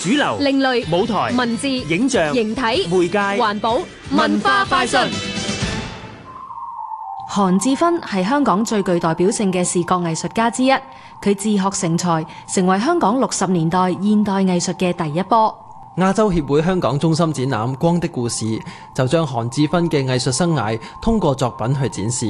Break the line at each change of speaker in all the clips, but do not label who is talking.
主流、
另類、
舞台、
文字、
影像、
形體、
媒介、
環保、文化快訊。
韓志芬係香港最具代表性嘅視覺藝術家之一，佢自學成才，成為香港六十年代現代藝術嘅第一波。
亞洲協會香港中心展覽《光的故事》就將韓志芬嘅藝術生涯通過作品去展示。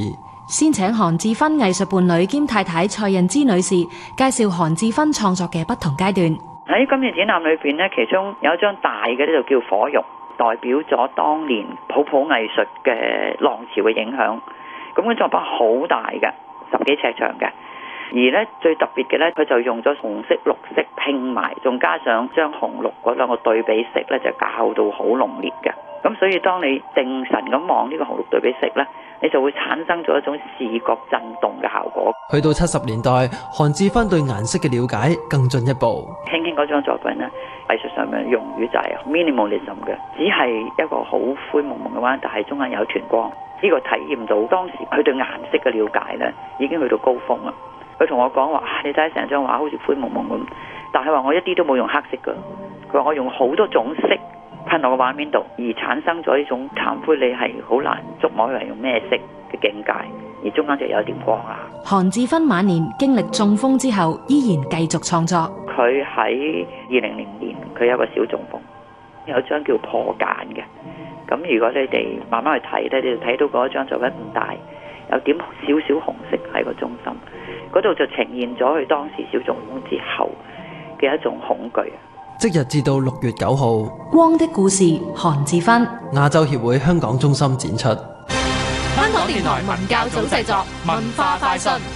先請韓志芬藝術伴侶兼太太蔡印之女士介紹韓志芬創作嘅不同階段。
喺今次展覽裏邊呢，其中有一張大嘅呢就叫《火肉》，代表咗當年普普藝術嘅浪潮嘅影響。咁嘅作品好大嘅，十幾尺長嘅。而呢最特別嘅呢，佢就用咗紅色、綠色拼埋，仲加上將紅綠嗰兩個對比色呢，就校到好濃烈嘅。咁所以當你定神咁望呢個紅綠對比色呢，你就會產生咗一種視覺震動嘅效果。
去到七十年代，韓志芬對顏色嘅了解更進一步。
輕輕嗰張作品呢，藝術上面用語就係 minimalism 嘅，只係一個好灰蒙蒙嘅灣，但係中間有團光。呢個體驗到當時佢對顏色嘅了解呢，已經去到高峰啦。佢同我講話：啊，你睇成張畫好似灰蒙蒙咁，但係話我一啲都冇用黑色㗎。佢話我用好多種色噴落個畫面度，而產生咗呢種淡灰，你係好難捉摸嚟用咩色嘅境界，而中間就有一點光啦。
韓志芬晚年經歷中風之後，依然繼續創作。
佢喺二零零年，佢有個小中風，有一張叫破繭嘅。咁如果你哋慢慢去睇咧，你就睇到嗰一張作品唔大，有點少少紅色喺個中心，嗰度就呈現咗佢當時小中風之後嘅一種恐懼。
即日至到六月九號，
光的故事，韓志芬。
亞洲協會香港中心展出。
香港電台文教組製作，文化快訊。